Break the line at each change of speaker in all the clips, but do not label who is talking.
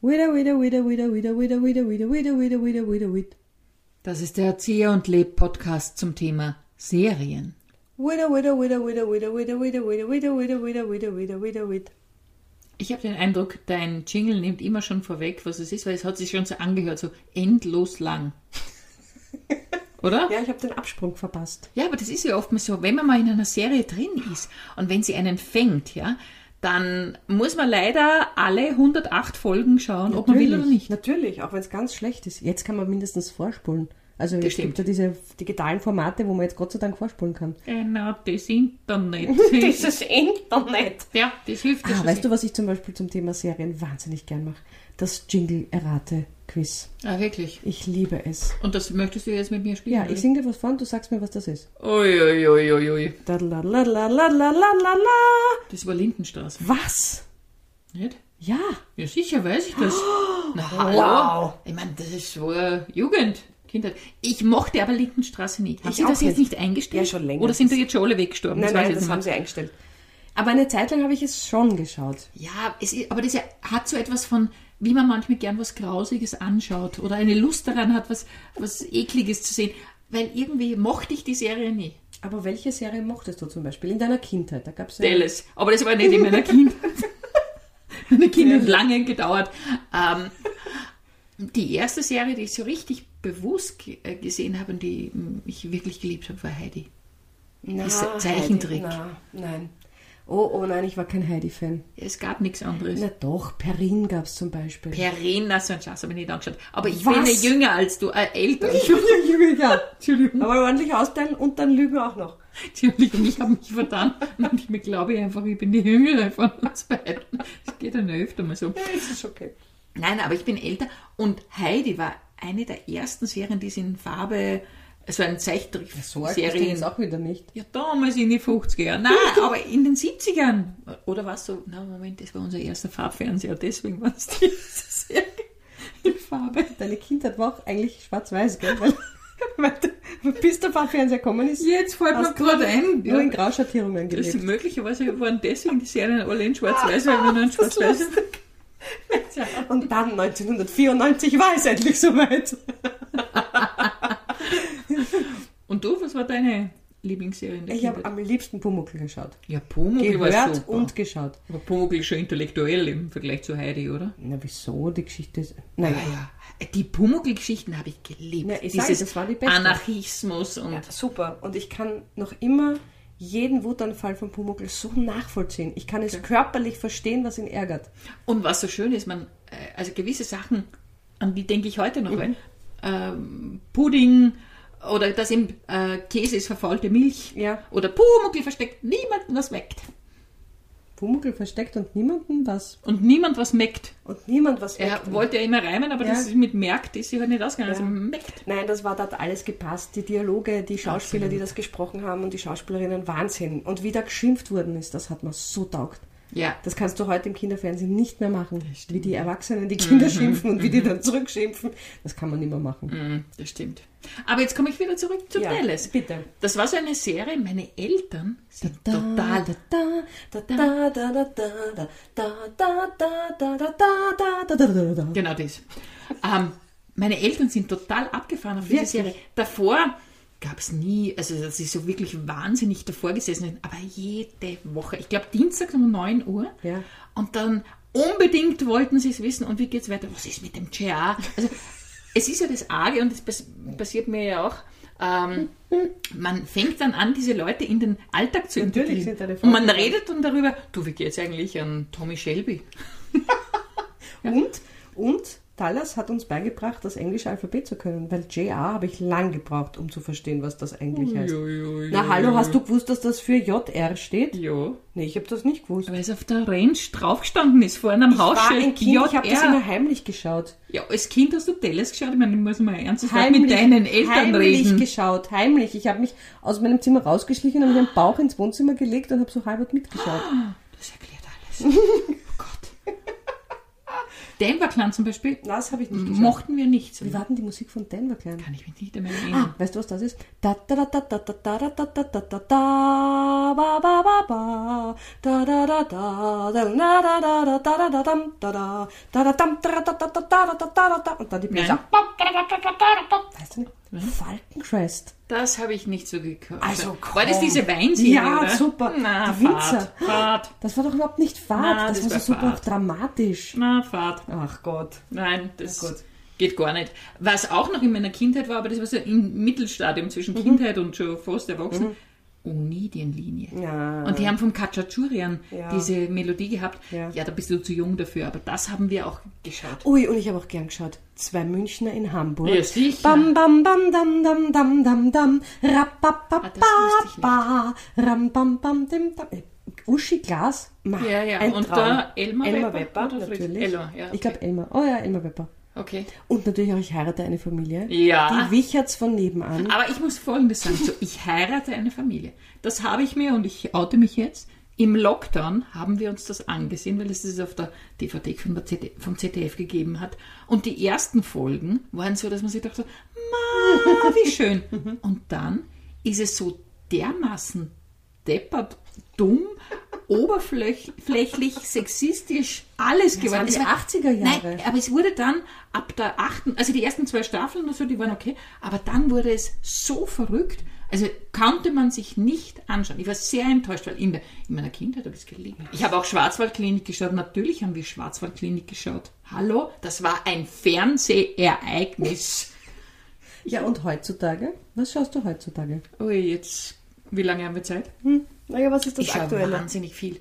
Wieder, wieder, wieder, wieder, wieder, wieder, wieder, wieder, wieder, wieder, wieder, wieder, wieder.
Das ist der Erzieher und Leb Podcast zum Thema Serien.
Wieder, wieder, wieder, wieder, wieder, wieder, wieder, wieder, wieder, wieder, wieder, wieder, wieder, wieder, wieder.
Ich habe den Eindruck, dein Jingle nimmt immer schon vorweg, was es ist, weil es hat sich schon so angehört, so endlos lang. Oder?
Ja, ich habe den Absprung verpasst.
Ja, aber das ist ja oftmals so, wenn man mal in einer Serie drin ist und wenn sie einen fängt, ja, dann muss man leider alle 108 Folgen schauen, ob man will oder nicht.
Natürlich, auch wenn es ganz schlecht ist. Jetzt kann man mindestens vorspulen. Also es
stimmt.
gibt ja diese digitalen Formate, wo man jetzt Gott sei Dank vorspulen kann.
Genau, das Internet.
Internet.
ja, das hilft.
Ah, weißt du, was ich zum Beispiel zum Thema Serien wahnsinnig gern mache? Das Jingle-Errate-Quiz.
Ah, wirklich.
Ich liebe es.
Und das möchtest du jetzt mit mir spielen?
Ja, ich singe dir was vor und du sagst mir, was das ist.
Uiuiuiui.
Dadalalalalalalalala.
Das war Lindenstraße.
Was?
Nicht?
Ja.
Ja, sicher weiß ich das. Na, hallo.
Wow.
Ich meine, das ist so äh, Jugend, Kindheit. Ich mochte aber Lindenstraße nie. Haben
Ich
Sie das
auch
jetzt nicht eingestellt?
Ja, schon länger.
Oder sind da jetzt schon alle weggestorben?
Nein,
weiß
nein,
ich
das
nicht
haben sie eingestellt. Aber eine Zeit lang habe ich es schon geschaut.
Ja, es ist, aber das ja- hat so etwas von, wie man manchmal gern was Grausiges anschaut oder eine Lust daran hat, was, was Ekliges zu sehen. Weil irgendwie mochte ich die Serie nie.
Aber welche Serie mochtest du zum Beispiel in deiner Kindheit? Da gab es
Dallas. Aber das war nicht in meiner Kindheit. Meine Kindheit hat lange gedauert. Ähm, die erste Serie, die ich so richtig bewusst ge- äh, gesehen habe und die mm, ich wirklich geliebt habe, war Heidi. Ist Zeichentrick.
Na, nein. Oh, oh nein, ich war kein Heidi-Fan.
Es gab nichts anderes.
Na doch, Perin gab es zum Beispiel.
Perina Sanchez habe ich nicht angeschaut. Aber ich
Was?
bin ja jünger als du, äh, älter.
ja.
Entschuldigung.
Aber ordentlich austeilen und dann lügen auch noch.
Entschuldigung, ich habe mich vertan. Manchmal glaube ich einfach, ich bin die Jüngere von uns beiden. Das geht dann ja öfter mal so.
Ja, das ist okay.
Nein, aber ich bin älter und Heidi war eine der ersten Serien, die es in Farbe, also ein
So alt ist die
Zeichentrickserien.
jetzt auch wieder nicht.
Ja, damals in den 50er Jahren. Nein, aber in den 70ern. Oder was so? Na, Moment, das war unser erster Farbfernseher, deswegen war es diese Serie in Farbe.
Deine Kindheit war auch eigentlich schwarz-weiß, gell? Weil, weil du, bis der Farbfernseher gekommen ist,
Jetzt fällt mir
Hast du
gerade ein.
nur
Ja,
in Grauschattierungen
das
gelebt.
möglicherweise waren deswegen die Serien alle in Schwarz-Weiß, weil wir nur in Schwarz-Weiß Ja.
Und dann 1994 war es endlich soweit.
Und du, was war deine Lieblingsserie in der
Ich habe
Kindheit?
am liebsten Pumuckl geschaut.
Ja, Pumuckl war
Gehört
super.
und geschaut.
Aber Pumuckl ist schon intellektuell im Vergleich zu Heidi, oder?
Na wieso, die Geschichte ist... Naja.
Ah ja. Die Pumuckl-Geschichten habe ich geliebt.
Ja, ich sag,
Dieses
das war die beste.
Anarchismus und
Ja, super. Und ich kann noch immer jeden Wutanfall von Pumuckl so nachvollziehen. Ich kann es körperlich verstehen, was ihn ärgert.
Und was so schön ist, man, äh, also gewisse Sachen, an die denke ich heute
Mhm.
noch, weil ähm, Pudding oder dass im äh, Käse ist verfaulte Milch
Ja.
oder Pumuckl versteckt niemanden was meckt
Pumuckl versteckt und niemanden was.
und niemand was meckt.
Und niemand was
Er
merkt.
wollte ja immer reimen, aber
Ja.
das ist mit merkt ist sich halt nicht ausgegangen.
Ja.
Also meckt.
Nein, das war, da hat alles gepasst. Die Dialoge, die Schauspieler, die das gesprochen haben und die Schauspielerinnen, Wahnsinn. Und wie da geschimpft worden ist, das hat mir so taugt.
Ja.
Das kannst du heute im Kinderfernsehen nicht mehr machen. Wie die Erwachsenen die Kinder schimpfen und wie die dann zurückschimpfen, das kann man nicht mehr machen.
Mhm, Das stimmt. Aber jetzt komme ich wieder zurück zu
Ja,
Dallas.
bitte.
Das war so eine Serie, meine Eltern sind
da,
total
da, da, da, da, da, da, da, da, da, da, da, da, da, da, da, da.
Genau das. Ähm, meine Eltern sind total abgefahren auf diese
Wirklich?
Serie. Davor gab es nie, also dass ich so wirklich wahnsinnig davor gesessen bin, aber jede Woche, ich glaube Dienstag um 9 Uhr
Ja.
und dann unbedingt wollten sie es wissen und wie geht's weiter, was ist mit dem JR? Also es ist ja das Arge und das pass passiert mir ja auch, ähm, man fängt dann an, diese Leute in den Alltag zu
Natürlich sind
integrieren
deine
und man
Vorteile.
redet dann darüber, du, wie geht's eigentlich an Tommy Shelby?
Und, und Dallas hat uns beigebracht, das englische Alphabet zu können, weil JR habe ich lang gebraucht, um zu verstehen, was das eigentlich heißt. Na hallo, hast du gewusst, dass das für JR steht?
Ja.
Nee, ich habe das nicht gewusst.
Weil es auf der Range draufgestanden ist, vor einem
Ich war
Hausschild.
ein Kind, ich habe das
JR.
immer heimlich geschaut.
Ja, als Kind hast du Dallas geschaut. Ich meine, ich muss mal ernsthaft mit deinen Eltern
heimlich
reden.
geschaut, heimlich. Ich habe mich aus meinem Zimmer rausgeschlichen und mir den Bauch ins Wohnzimmer gelegt und habe so halbert mitgeschaut.
Das erklärt alles. oh Gott. Denver Clan zum Beispiel
Das habe ich nicht geschaut.
mochten wir nicht. So
Wie war denn die Musik von Denver Clan?
kann ich mich nicht mehr erinnern.
Ah, weißt du, was das ist? Da, da, da, da, da, da, da, da, da, da, da, da, da, ba, ba, ba, ba, da, da, da, da, da, na, da, da, da, da, da, da, dam, da, da, da, da, dam, da, da, da, da, da. Und dann die Bläser.
Nein.
Weißt du nicht? Falkencrest.
Das habe ich nicht so gekauft.
Also
War das
komm.
diese Weinserie?
Ja,
oder?
super.
Na,
Die Winzer.
Fahrt, Fahrt,
Das war doch überhaupt nicht Fahrt.
Na,
das,
das
war
war
so super
Fahrt.
dramatisch.
na, Fahrt.
Ach Gott.
Nein, das
Na gut.
geht gar nicht. Was auch noch in meiner Kindheit war, aber das war so im Mittelstadium zwischen
Mhm.
Kindheit und schon fast erwachsen, Onidienlinie.
Ja.
Und die haben vom Katschatschurian
Ja.
diese Melodie gehabt.
Ja.
Ja. da bist du zu jung dafür, aber das haben wir auch geschaut.
Ui, und ich habe auch gern geschaut. Zwei Münchner in Hamburg.
Ja, sicher.
Bam, bam, bam, dam, dam, dam, dam, dam.
Ah, das wusste ich
Rapapapa. Ram, bam, bam, dim, dam. Äh, Uschi Glas. Ma,
Ja, ja.
Ein
Und
Traum.
da Elmar Wepper
Wepper,
oder Fritz?
natürlich.
Ella, ja, okay.
Ich glaube Elmar. Oh ja, Elmar Wepper.
Okay.
Und natürlich auch Ich heirate eine Familie.
Ja.
Die Wicherts von nebenan.
Aber ich muss Folgendes sagen. So, ich heirate eine Familie. Das habe ich mir und ich oute mich jetzt. Im Lockdown haben wir uns das angesehen, weil es das auf der DVD von der CD, vom ZDF gegeben hat. Und die ersten Folgen waren so, dass man sich dachte, ma, Ah, wie schön.
Mhm.
Und dann ist es so dermaßen deppert, dumm, oberflächlich, sexistisch, alles geworden.
waren die
Es war-
80er Jahre.
Nein, aber es wurde dann ab der achten, also die ersten zwei Staffeln oder so, die waren okay, aber dann wurde es so verrückt, also konnte man sich nicht anschauen. Ich war sehr enttäuscht, weil in, der, in meiner Kindheit habe ich es geliebt. Ich habe auch Schwarzwaldklinik geschaut, natürlich haben wir Schwarzwaldklinik geschaut. Hallo, das war ein Fernsehereignis.
Ja, und heutzutage? Was schaust du heutzutage?
Ui, jetzt, wie lange haben wir Zeit?
Naja, was ist das
ich schaue wahnsinnig viel.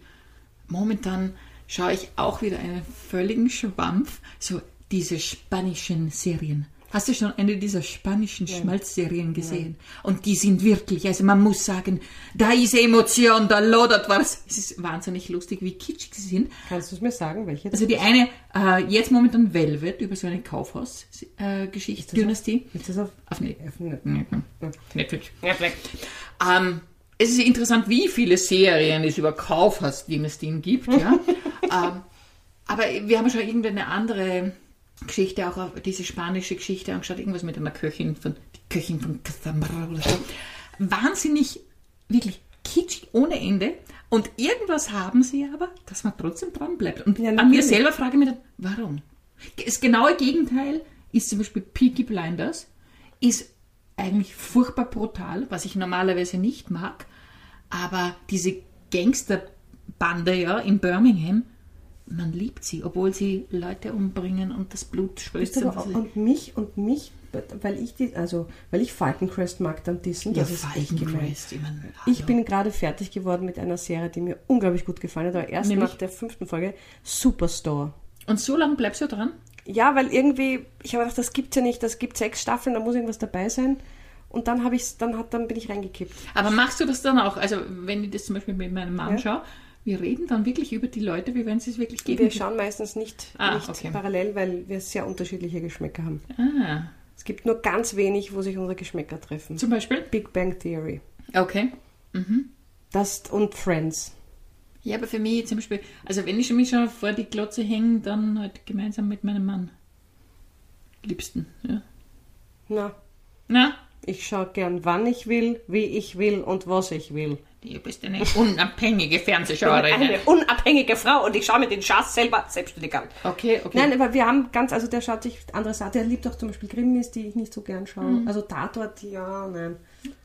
Momentan schaue ich auch wieder einen völligen Schwampf. So diese spanischen Serien. Hast du schon eine dieser spanischen Schmalzserien gesehen? Und die sind wirklich, also man muss sagen, da ist Emotion, da lodert was. Es ist wahnsinnig lustig, wie kitschig sie sind.
Kannst du es mir sagen, welche?
Also die eine, äh, jetzt momentan Velvet, über so eine äh, Kaufhaus-Geschichte, Dynastie.
Ist das auf E
Auf E Net-
Net-
Netflix. Ähm, es ist interessant, wie viele Serien es über Kaufhausdynastien gibt. Ja? ähm, aber wir haben schon irgendeine andere Geschichte, auch auf- diese spanische Geschichte angeschaut, irgendwas mit einer Köchin von, die Köchin von Cazamara oder so. Wahnsinnig, wirklich kitschig ohne Ende. Und irgendwas haben sie aber, dass man trotzdem dran bleibt. Und
Ja,
an mir
natürlich.
selber frage ich mich dann, warum? Das genaue Gegenteil ist zum Beispiel Peaky Blinders, ist eigentlich furchtbar brutal, was ich normalerweise nicht mag, aber diese Gangsterbande ja in Birmingham, man liebt sie, obwohl sie Leute umbringen und das Blut
Bist
spritzt.
aber
und
auch,
was-
und mich und mich, weil ich die, also weil ich Falkencrest mag, dann dissen.
ja,
Das ist echt gemein.
Falkencrest, Ah, ich meine,
Ich
hallo.
bin gerade fertig geworden mit einer Serie, die mir unglaublich gut gefallen hat, aber erst
Nämlich?
nach der fünften Folge Superstore.
Und so lange bleibst du dran?
Ja, weil irgendwie, ich habe gedacht, das gibt's ja nicht, das gibt sechs Staffeln, da muss irgendwas dabei sein. Und dann habe ich's, dann hat, dann bin ich reingekippt.
Aber machst du das dann auch? Also, wenn ich das zum Beispiel mit meinem Mann
Ja.
schaue, wir reden dann wirklich über die Leute, wie wenn es es wirklich geben
Wir
würde.
schauen meistens nicht,
Ah,
nicht
okay.
parallel, weil wir sehr unterschiedliche Geschmäcker haben.
Ah,
Es gibt nur ganz wenig, wo sich unsere Geschmäcker treffen.
zum Beispiel?
Big Bang Theory.
Okay.
Das und Friends.
Ja, aber für mich zum Beispiel, also wenn ich mich schon vor die Glotze hänge, dann halt gemeinsam mit meinem Mann. Liebsten, ja.
Na,
Na,
ich schaue gern, wann ich will, wie ich will und was ich will.
du bist eine unabhängige
Eine
Fernsehschauerin.
unabhängige Frau und ich schaue mir den Schatz selber selbstständig an.
Okay, okay.
Nein, aber wir haben ganz, also der schaut sich andere Sachen, der liebt auch zum Beispiel Grimmis, die ich nicht so gern schaue. Also Tatort, ja, nein.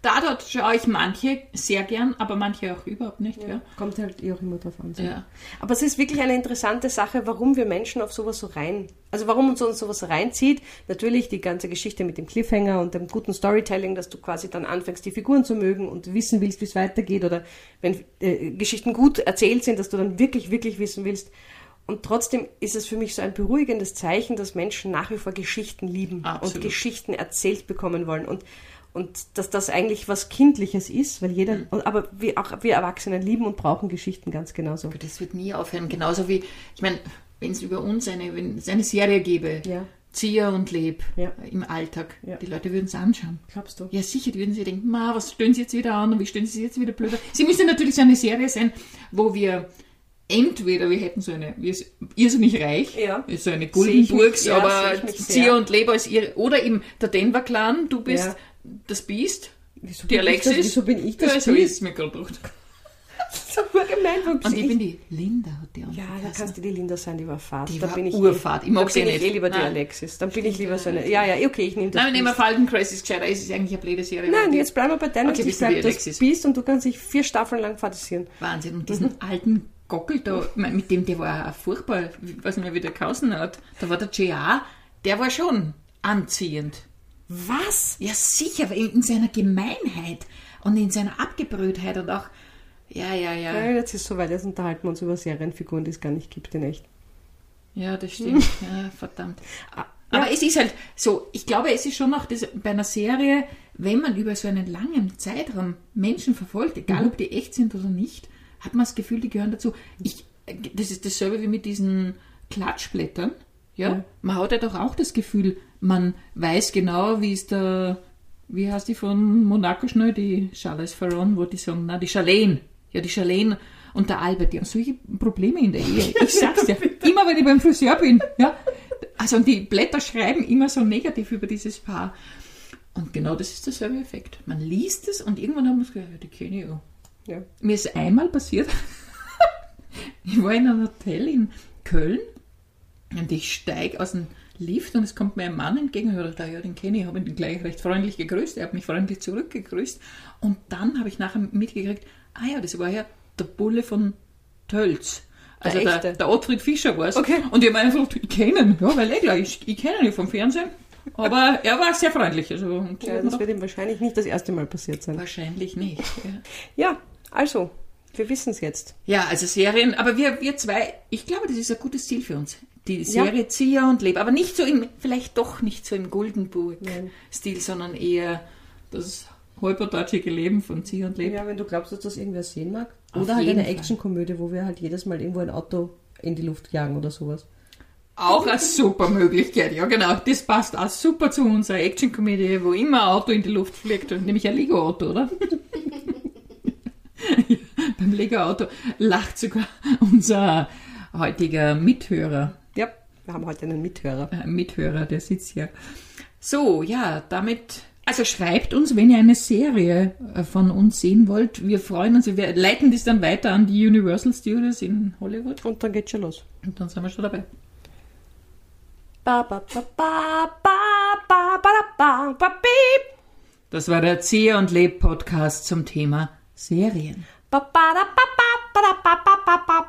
Dadurch schaue ich manche sehr gern, aber manche auch überhaupt nicht, ja.
Kommt halt eh auch immer drauf an. so.
Ja.
Aber es ist wirklich eine interessante Sache, warum wir Menschen auf sowas so rein, also warum uns, uns sowas reinzieht. Natürlich die ganze Geschichte mit dem Cliffhanger und dem guten Storytelling, dass du quasi dann anfängst, die Figuren zu mögen und wissen willst, wie es weitergeht oder wenn äh, Geschichten gut erzählt sind, dass du dann wirklich, wirklich wissen willst. Und trotzdem ist es für mich so ein beruhigendes Zeichen, dass Menschen nach wie vor Geschichten lieben und
Absolut.
Geschichten erzählt bekommen wollen und und dass das eigentlich was Kindliches ist, weil jeder,
Mhm.
und- aber wir, auch wir Erwachsenen lieben und brauchen Geschichten ganz genauso.
Aber das wird nie aufhören. Genauso wie, ich meine, wenn es über uns eine, wenn es eine Serie gäbe,
Ja.
Ziehe und Leb
Ja.
im Alltag,
Ja.
die Leute würden es anschauen.
Glaubst du?
Ja, sicher die würden sie denken, ma, was stöhnen sie jetzt wieder an und wie stöhnen sie jetzt wieder blöd an. Sie müsste natürlich so eine Serie sein, wo wir entweder, wir hätten so eine, wir sind irrsinnig reich,
Ja.
ist so eine
Sehe ich
Guldenburgs,
mich- ja, sehe ich
aber
mich sehr.
Zieher und Leber ist ihre, oder eben der Denver Clan, du bist
Ja.
das Biest,
Wieso
die
bin ich das-
Alexis.
wieso bin ich das
ja, so
Biest?
ist mir gerade gedacht.
so urgemein vom
Und ich bin
Gesicht.
die Linda, hat die
Ja, da
angepasst.
kannst du die Linda sein, die war Fahrt.
Die
da
war
bin ich
Urfahrt. Ich
Eh, da
mag sie
bin ich
nicht.
eh lieber die
Nein.
Alexis. Dann bin ich lieber so eine. Ja, ja, okay, ich nehme das.
Nein, wir nehmen
Biest.
Falcon Crest, ist gescheiter, es ist eigentlich eine blöde Serie.
Nein,
Die-
jetzt bleiben wir bei deiner okay,
Okay,
ich
bist du die
bleib das
Alexis?
Biest und du kannst dich vier Staffeln lang fantasieren.
Wahnsinn, und diesen alten Gockel da, ich mein, mit dem, der war auch furchtbar, ich weiß nicht mehr, wie der gehausen hat. Da war der J.A., der war schon anziehend.
Was?
Ja, sicher, aber in in seiner Gemeinheit und in seiner Abgebrühtheit und auch, ja, ja, ja.
Ja, jetzt ist soweit, jetzt unterhalten wir uns über Serienfiguren, die es gar nicht gibt in echt.
Ja, das stimmt. Ja, verdammt. Aber es ist halt so, ich glaube, es ist schon noch das, bei einer Serie, wenn man über so einen langen Zeitraum Menschen verfolgt, egal ob die echt sind oder nicht, hat man das Gefühl, die gehören dazu. Ich, das ist dasselbe wie mit diesen Klatschblättern. Ja? Man hat ja doch auch das Gefühl, man weiß genau, wie ist der, wie heißt die von Monaco schnell, die Charles Ferron, wo die sagen, na, die Charlene. Ja, die Charlene und der Albert, die haben solche Probleme in der Ehe. Ich sag's dir, immer wenn ich beim Friseur bin. Ja? Also und die Blätter schreiben immer so negativ über dieses Paar. Und genau das ist derselbe Effekt. Man liest es und irgendwann haben wir es gehört, ja, die kenne ich auch.
Ja.
Mir ist einmal passiert, ich war in einem Hotel in Köln und ich steige aus dem Lift und es kommt mir ein Mann entgegen und ich dachte, ja, den kenne ich, habe ihn gleich recht freundlich gegrüßt, er hat mich freundlich zurückgegrüßt und dann habe ich nachher mitgekriegt, ah ja, das war ja der Bulle von Tölz. Also der, der,
echte.
Ottfried Fischer war es.
Okay.
Und ich habe einfach gedacht, ich kenne ihn, ja, weil eh gleich, ich, ich kenne ihn vom Fernsehen, aber er war sehr freundlich. Also, und ich
Ja,
hab mir
das
gedacht,
wird ihm wahrscheinlich nicht das erste Mal passiert sein.
wahrscheinlich nicht. Ja.
Ja, also, wir wissen es jetzt.
Ja, also Serien, aber wir, wir zwei, ich glaube, das ist ein gutes Ziel für uns. Die Serie Zia und Leb, aber nicht so im, vielleicht doch nicht so im Goldenburg-Stil, sondern eher das halberdeutschige Leben von Zia und Leb.
Ja, wenn du glaubst, dass das irgendwer sehen mag.
Auf
Oder halt
jeden
eine
Fall.
Actionkomödie, wo wir halt jedes Mal irgendwo ein Auto in die Luft jagen oder sowas.
Auch eine super Möglichkeit, ja genau. Das passt auch super zu unserer Action-Komödie, wo immer ein Auto in die Luft fliegt, und nämlich ein Lego-Auto, oder? Ja, Beim Lego-Auto lacht sogar unser heutiger Mithörer.
Ja, wir haben heute einen Mithörer.
Äh, Mithörer, der sitzt hier. So, ja, damit. Also schreibt uns, wenn ihr eine Serie äh, von uns sehen wollt. Wir freuen uns. Wir leiten das dann weiter an die Universal Studios in Hollywood.
Und dann geht's schon los.
Und dann sind wir schon dabei.
Ba, ba, ba, ba, ba, ba, ba, da, ba, ba, piep.
Das war der Zeh und Leb Podcast zum Thema Serien.
Ba, ba, da, ba, ba, ba, da, ba, ba, ba, ba,